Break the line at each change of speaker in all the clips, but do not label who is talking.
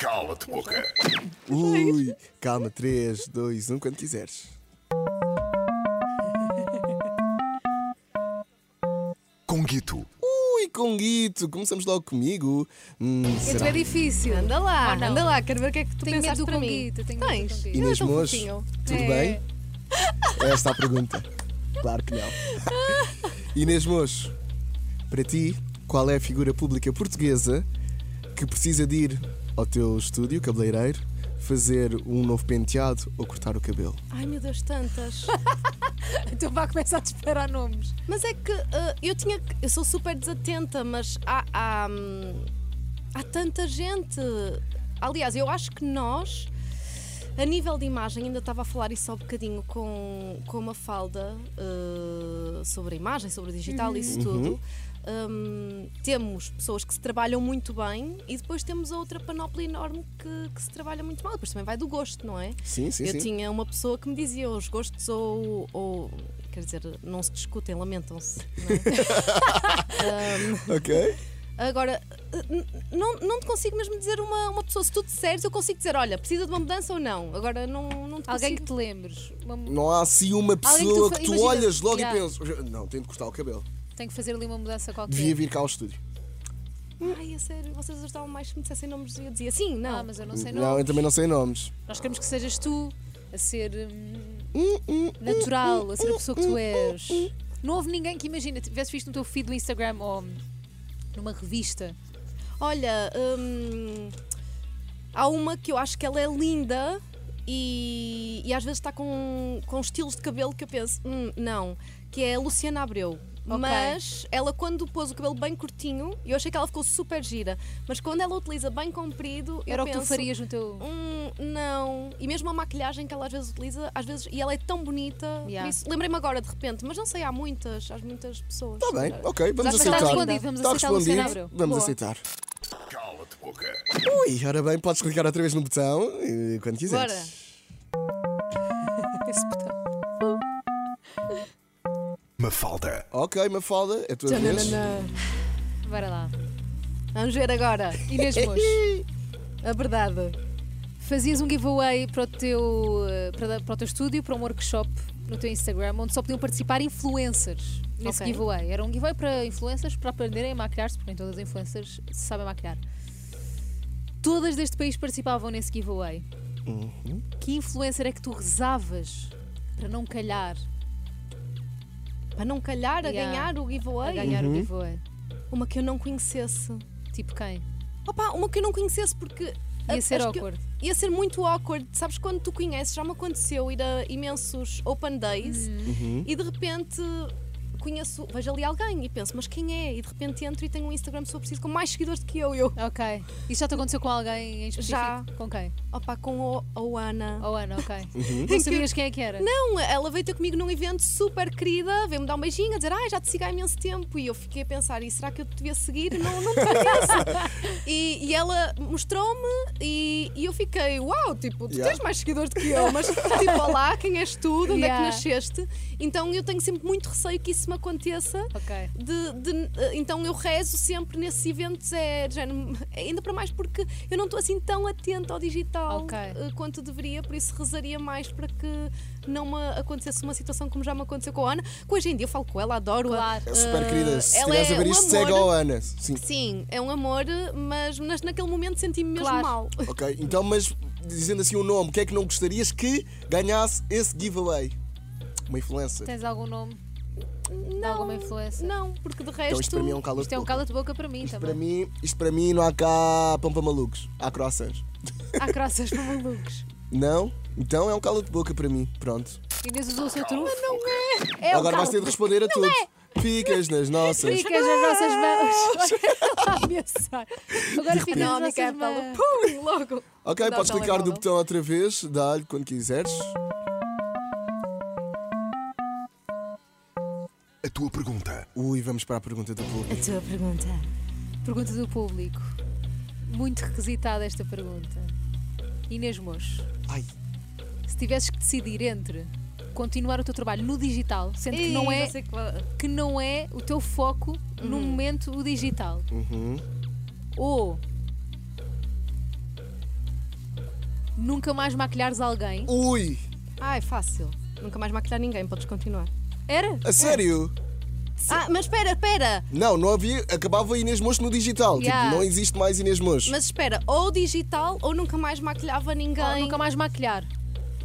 Cala-te, boca.
Ui, calma, 3, 2, 1, quando quiseres.
Conguito.
Ui, Conguito, começamos logo comigo. Hum,
Tu
será?
é difícil.
Anda lá,
Ah, não.
anda lá, quero ver o que é que tu
Tenho medo
pensaste
do
para mim.
conguito, tenho medo do
Tens?
conguito.
Ele é
Inês
tão
Mojo,
fofinho.
tudo
É.
bem? É esta a pergunta. Claro que não. Inês Mojo, para ti, qual é a figura pública portuguesa que precisa de ir ao teu estúdio cabeleireiro fazer um novo penteado ou cortar o cabelo?
Ai meu Deus, tantas.
Então vá começar a disparar nomes.
Mas é que ah, eu tinha. que- Eu sou super desatenta, mas há. Há, hum, há tanta gente. Aliás, eu acho que nós. A nível de imagem, ainda estava a falar isso há um bocadinho com, com uma falda eh, sobre a imagem, sobre o digital, isso tudo. Hum, temos pessoas que se trabalham muito bem e depois temos a outra panóplia enorme que, que se trabalha muito mal. Depois também vai do gosto, não é?
Sim, sim,
eu
sim.
tinha uma pessoa que me dizia os gostos ou, ou- quer dizer, não se discutem, lamentam-se. não é?
Ok?
Ah, agora, n- não, não te consigo mesmo dizer uma, uma pessoa, se tu disseres, eu consigo dizer, olha, precisa de uma mudança ou não. Agora não, não te
Alguém que
consigo.
te lembres. Uma-
Não há assim uma
Alguém que tu
pessoa
fa-
que tu,
imagina-
olhas logo
Yeah.
e pensas: Não, tenho de cortar o cabelo.
Tenho que fazer ali uma mudança qualquer.
Devia vir cá ao estúdio.
Ai, a sério, vocês ajudavam mais se me dissessem nomes e eu dizia sim, não.
Ah, mas eu não sei
não, então- eu
nomes.
também não sei nomes.
Nós queremos que sejas tu a ser hum,
Hum, hum,
natural, a ser a pessoa que tu és. Não houve ninguém que imagina, tivesse visto no teu feed do Instagram ou numa revista.
Olha, hum, há uma que eu acho que ela é linda e, e às vezes está com, com estilos de cabelo que eu penso, "Hum, não, que é a Luciana Abreu.
Ok.
Mas ela, quando pôs o cabelo bem curtinho, eu achei que ela ficou super gira, mas quando ela utiliza bem comprido, eu
Era o que tu
penso,
farias no teu.
Hum, não. E mesmo a maquilhagem que ela às vezes utiliza, às vezes, e ela é tão bonita.
Yeah.
por isso- Lembrei-me agora de repente, mas não sei, há muitas, há muitas pessoas.
Está Tá bem, ok, vamos
Já está
aceitar.
respondido, vamos
Está
aceitar, Luciana
respondido,
Abreu.
Vamos
Boa.
aceitar.
Cala-te, boca.
Ui, ora bem, podes clicar outra vez no botão eh, quando quiseres.
Esse botão.
Mafalda.
Ok, Mafalda, é a tua vez.
Tananana.
Bora lá.
Vamos ver agora
Inês Mocho.
a É verdade.
Fazias um giveaway para o, teu, eh, para, para o teu estúdio, para um workshop no teu Instagram, onde só podiam participar influencers nesse
Ok.
giveaway. Era um giveaway para influencers para aprenderem a maquilhar-se, porque nem todas as influencers se sabem maquilhar. Todas deste país participavam nesse giveaway. Que influencer é que tu rezavas para não calhar
Para não calhar a
Yeah.
ganhar o
a
giveaway?
ganhar o giveaway?
Uma que eu não conhecesse.
Tipo quem?
Opa, uma que eu não conhecesse porque.
Ia
a-
ser
acho que eu-
awkward.
ia ser muito awkward. Sabes quando tu conheces? Já me aconteceu ir a imensos open days
Hum.
e de repente conheço, vejo ali alguém e penso, mas quem é? E de repente entro e tenho um Instagram sou preciso com mais seguidores do que eu. E eu,
Ok. Isso já te aconteceu com alguém em específico?
Já.
Com quem?
opa, com a o Ana.
Oh, Ana, ok. Não sabias quem é que era?
Não, ela veio ter comigo num evento super querida, veio-me dar um beijinho, a dizer, ah, já te sigo há imenso tempo. E eu fiquei a pensar, e será que eu te devia seguir? Não, não te conheço. e, e ela mostrou-me e, e eu fiquei, uau, tipo, tu
Yeah.
tens mais seguidores do que eu, mas tipo, olá, quem és tu? De onde é
Yeah.
que nasceste? Então eu tenho sempre muito receio que isso me aconteça.
Ok.
De, de- eh, então eu rezo sempre nesses eventos, é, de género, ainda para mais porque eu não estou assim tão atenta ao digital
Ok.
eh, quanto deveria, por isso rezaria mais para que não me acontecesse uma situação como já me aconteceu com a Ana, que hoje em dia eu falo com ela, adoro-a.
Claro.
É super
Ah,
querida, se
ela
estiveres
é
a ver
um
isto,
amor.
segue ao Ana. Sim,
Sim, é um amor, mas, mas naquele momento senti-me mesmo
Claro.
mal.
ok. Então, mas dizendo assim o nome, o que é que não gostarias que ganhasse esse giveaway? Uma influencer.
Tens algum nome?
Não,
alguma influencer?
Não, porque de resto.
Então, isto para mim é um calor
Isto é um cala de boca para mim
Para
também.
mim, isto para mim não há cá pão para malucos. Há croissants.
Há croças para malucos.
Não? Então é um calo de boca para mim. Pronto.
Inês usou o seu trunfo.
É um
Agora vais ter de responder a todos.
é?
Ficas nas nossas.
Ficas nas nossas mãos. Olha lá, minha senhora. Agora ficas nas nossas
Económica,
mãos.
pelo pum, logo.
Ok,
Dá o
podes clicar
telemóvel.
no botão outra vez, dá-lhe quando quiseres.
A tua pergunta.
Ui, vamos para a pergunta do público.
A tua pergunta.
Pergunta do público. Muito requisitada esta pergunta. Inês Mocho,
Ai,
se tivesses que decidir entre continuar o teu trabalho no digital, sendo que não é que não é o teu foco no Uhum. momento o digital. Ou Nunca mais maquilhares alguém.
Ui!
Ai, fácil. Nunca mais maquilhar ninguém, podes continuar.
Era?
A sério?
Ah, mas espera, espera!
Não, não havia. Acabava Inês Mocho no digital.
Yeah.
Tipo, não existe mais Inês Mocho.
Mas espera, ou digital ou nunca mais maquilhava ninguém.
Ah, nunca mais maquilhar.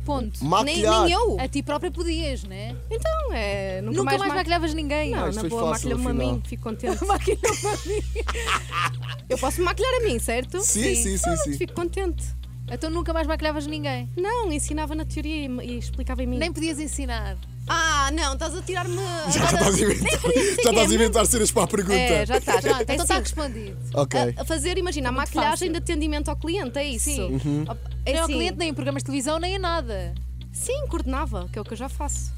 Ponto.
nem,
Maquilhar.
nem eu.
A ti própria podias, né?
Então, é. Nunca,
Nunca mais,
ma-
maquilhavas ninguém.
Não,
isto
na
Ah, foi
boa,
fácil,
maquilha-me a
afinal.
mim, fico contente.
Maquilhava a mim.
Eu posso maquilhar a mim, certo?
Sim, sim, sim,
Pronto,
sim.
Fico contente.
Então nunca mais maquilhavas ninguém.
Não, ensinava na teoria e, e explicava em mim.
Nem podias ensinar.
Ah, não, estás a tirar-me.
Já estás a inventar, já estás a inventar cenas para a pergunta.
É, já estás.
Pronto, então
É
está
assim,
respondido.
Ok.
a, a fazer, imagina, a
É muito
maquilhagem
fácil.
de atendimento ao cliente, é isso?
Sim.
Uhum.
É
nem ao
assim,
cliente, nem em programas de televisão, nem a nada.
Sim, coordenava, que é o que eu já faço.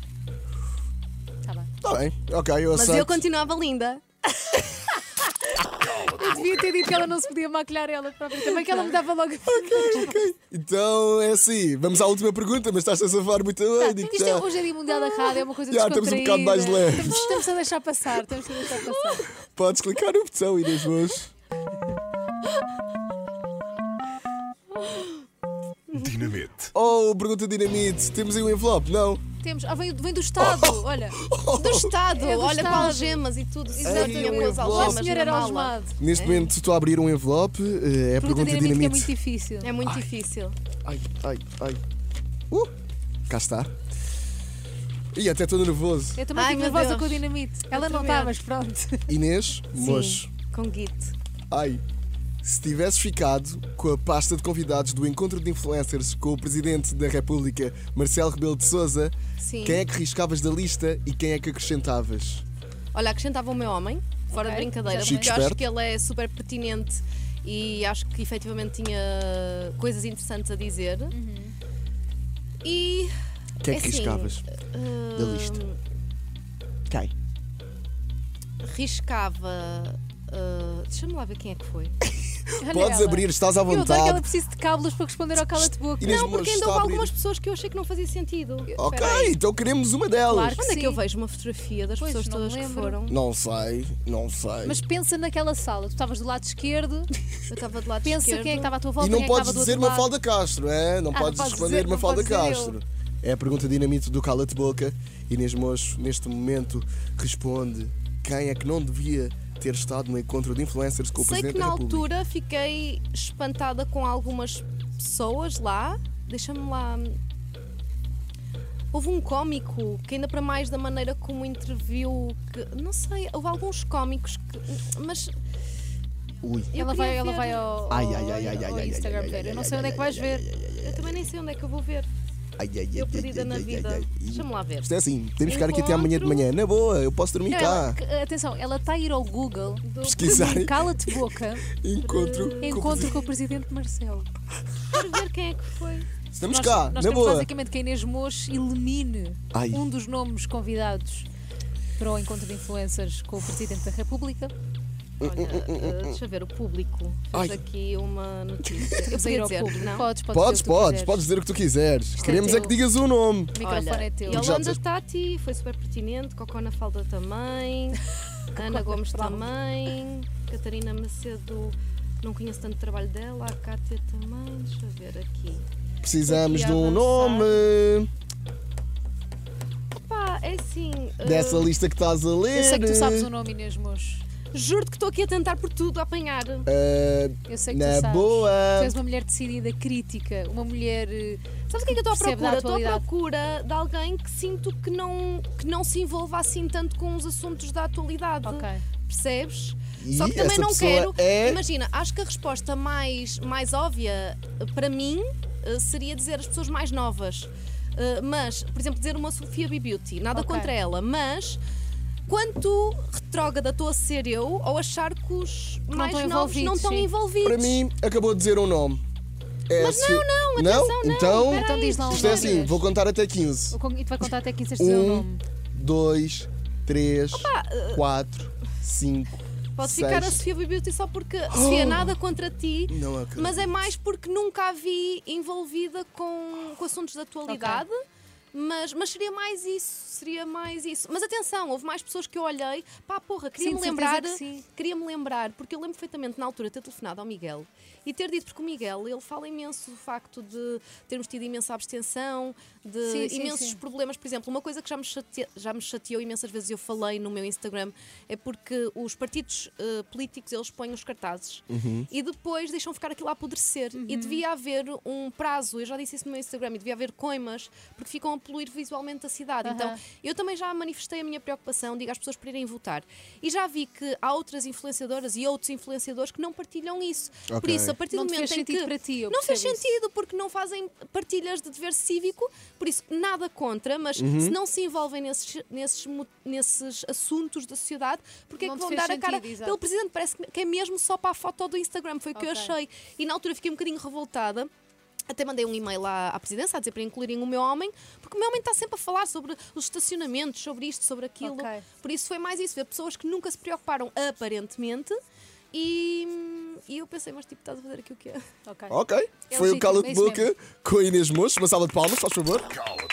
Tá bem.
Está bem. Ok, eu
Mas
aceito.
eu continuava linda.
Eu devia ter dito que ela não se podia maquilhar ela própria também, que ela me dava logo.
Então é assim. Vamos à última pergunta, mas estás a safar muito
Tá,
bem. então. digo-te
Isto é,
já.
hoje é dia mundial da rádio, é uma coisa
Já,
descontraída.
estamos um bocado mais leves.
Estamos, estamos a deixar passar, estamos a deixar passar.
um-
Podes clicar no botão, Inês Mocho.
Dinamite.
Oh, pergunta dinamite. Temos aí um envelope? Não.
Temos, ah, vem, vem do Estado, olha.
Ah. Oh.
Do Estado,
É do
olha
Estado. é
com algemas e tudo. Sim, eu tinha com as
eu
O
vou.
algemas.
senhor
na
era
mala.
algemado.
Neste momento estou a abrir um envelope. eh, É a pergunta,
Pergunta É. dinâmica é muito
dinamite.
difícil.
É muito difícil.
Ai, ai, ai. Uh, cá está. E até estou nervoso.
Eu também
Ai,
fico
meu
nervosa
Deus.
com o dinamite. Ela não
também.
está, mas pronto.
Inês Mocho.
Com Git.
Ai, se tivesse ficado com a pasta de convidados do encontro de influencers com o Presidente da República, Marcelo Rebelo de Souza,
Sim.
quem é que riscavas da lista e quem é que acrescentavas?
Olha, acrescentava o meu homem, fora
Ok,
de brincadeira,
já
porque eu
sei.
acho
Esperto.
que ele é super pertinente e acho que efetivamente tinha coisas interessantes a dizer.
Uhum.
E.
Quem é
É
que
assim, hum,
riscavas da lista? Quem?
riscava. ah, Deixa-me lá ver quem é que foi.
Olha
Podes
ela.
abrir, estás à
Eu adoro que ela
vontade.
precise de cábulas para responder ao cala-te-boca.
Inês
não, porque
Mojo
ainda
está a
houve
abrir.
algumas pessoas que eu achei que não fazia sentido.
Ok,
Espera aí.
então queremos uma delas.
Claro que
Onde é que eu
Sim.
vejo uma fotografia das
Pois,
pessoas
não me
todas que
lembro.
foram?
Não sei, não sei.
Mas pensa naquela sala. Tu estavas do lado esquerdo,
Eu estava do lado
pensa
esquerdo.
quem é que estava à tua volta
e não
quem é que
podes
estava do
dizer
outro lado.
Mafalda Castro, é? Não
Ah, não
podes
podes
responder
dizer- não
Mafalda
podes dizer
Castro. É a pergunta dinamite do Cala-te Boca. Inês Mocho, neste momento, responde quem é que não devia ter estado no encontro de influencers com o
Sei
Presidente
que na
da República.
altura fiquei espantada com algumas pessoas lá. Deixa-me lá. Houve um cómico que, ainda para mais da maneira como interviu, que- não sei, houve alguns cómicos que. Mas.
Ui.
eu
Ela
queria
vai, ela
ver-
vai ao,
Ai, ai,
ao-
ai, ai, ai,
ao
ai, ai,
Instagram
ai, ai,
ver. Eu não
ai,
sei
ai,
onde é que
ai,
vais
ai,
ver.
Eu também nem sei onde é que eu vou ver.
Ai, ai, ai,
Eu
ai,
perdida
ai,
na
ai,
vida.
ai, ai.
Deixa-me lá ver.
Isto é assim, podemos ficar aqui até amanhã de
Encontro-
manhã. Na boa, eu posso dormir tá?
Não,
cá.
ela- que- atenção, ela está a ir ao Google do
Pesquisar.
do Cala-te-boca,
Encontro. com o
encontro
Presidente.
com o Presidente Marcelo.
Quero ver quem é que foi.
Estamos
nós,
cá,
nós
na
queremos
boa.
basicamente que a Inês Mocho elimine
Ai.
um dos nomes convidados para o encontro de influencers com o Presidente da República.
Olha, eh, deixa eu ver, o público
Ai.
fez aqui uma notícia. Eu
Vamos ir
podia
ao
dizer,
público.
não?
Podes,
Podes,
podes, dizer o que tu
podes,
quiseres.
podes dizer o que tu quiseres.
é
Queremos é
teu.
que digas o nome.
O microfone
Olha,
é teu.
E
Já
Holanda
disseste.
Tati foi super pertinente, Cocó na Falda também, Ana Gomes também, Catarina Macedo, não conheço tanto o trabalho dela, a Cátia também, deixa eu ver aqui.
Precisamos de
Aqui a
um
avançar.
nome.
Pá, é assim. eh,
dessa lista que estás a ler.
Eu sei que tu sabes o nome, Inês Mocho.
Juro-te que estou aqui a tentar por tudo, a apanhar.
Ah,
Eu sei que
na
tu sabes.
boa.
Tu és uma mulher decidida, crítica, uma mulher. eh,
Sabes o que é que eu estou à
Percebe da
procura? Estou à
atualidade.
procura de alguém que sinto que não, que não se envolva assim tanto com os assuntos da atualidade.
Ok.
percebes?
E
Só que também
essa
não
pessoa
quero.
é-
Imagina, acho que a resposta mais, mais óbvia eh, para mim eh, seria dizer as pessoas mais novas. Eh, Mas, por exemplo, dizer uma Sofia B. Beauty, nada
Ok.
contra ela, mas quanto retrógrada estou a ser eu ou achar que os
não
mais
estão
novos não
envolvidos,
estão
sim.
envolvidos?
Para mim, acabou de dizer um nome. É
Mas
Sofi-
não, não, atenção, não.
Então,
Espera
Então
aí,
diz lá um
isto é
nome.
assim, vou contar até 15.
O con- E tu vai contar até aqui insertes o
1,
nome. eh,
2, 3, 4, 5.
Pode
seis.
ficar a Sofia B. Beauty só porque Sofia, nada contra ti,
Não acredito.
mas é mais porque nunca a vi envolvida com, com assuntos de atualidade. Mas, mas seria mais isso, seria mais isso. Mas atenção, houve mais pessoas que eu olhei, pá, porra, queria-me
Sim, de certeza
lembrar,
que sim.
queria-me lembrar, porque eu lembro perfeitamente na altura ter telefonado ao Miguel e ter dito, porque o Miguel, ele fala imenso do facto de termos tido imensa abstenção, de
Sim, sim,
imensos
sim.
problemas. Por exemplo, uma coisa que já me, chate- já me chateou imensas vezes, e eu falei no meu Instagram, é porque os partidos eh, políticos, eles põem os cartazes e depois deixam ficar aquilo a apodrecer. E
Uhum.
devia haver um prazo, eu já disse isso no meu Instagram, e devia haver coimas, porque ficam a poluir visualmente a cidade. Então,
Aham.
eu também já manifestei a minha preocupação, digo às pessoas para irem votar. E já vi que há outras influenciadoras e outros influenciadores que não partilham isso. Por
Ok.
isso, a partir
Não
do
te
momento
fez
em
sentido
que
para ti, eu
não fez
percebo isso.
sentido porque não fazem partilhas de dever cívico, por isso nada contra, mas se não se envolvem nesses, nesses, mo- nesses assuntos da sociedade, porque
Não
é que
te
vão
fez
dar a cara
sentido, exato.
pelo presidente? Parece que- que é mesmo só para a foto do Instagram, foi o que eu
Ok.
achei. E na altura fiquei um bocadinho revoltada. Até mandei um e-mail à, à presidência a dizer para incluírem o meu homem, porque o meu homem está sempre a falar sobre os estacionamentos, sobre isto, sobre aquilo.
Ok.
Por isso foi mais isso, ver pessoas que nunca se preocuparam aparentemente. E, e eu pensei, mas tipo, estás a fazer aqui o que é?
Ok.
Ok.
É
Foi o
legítimo,
Cala
é
de
isso
Boca
mesmo.
com a Inês Moço. Uma salva de palmas, faz favor.
Cala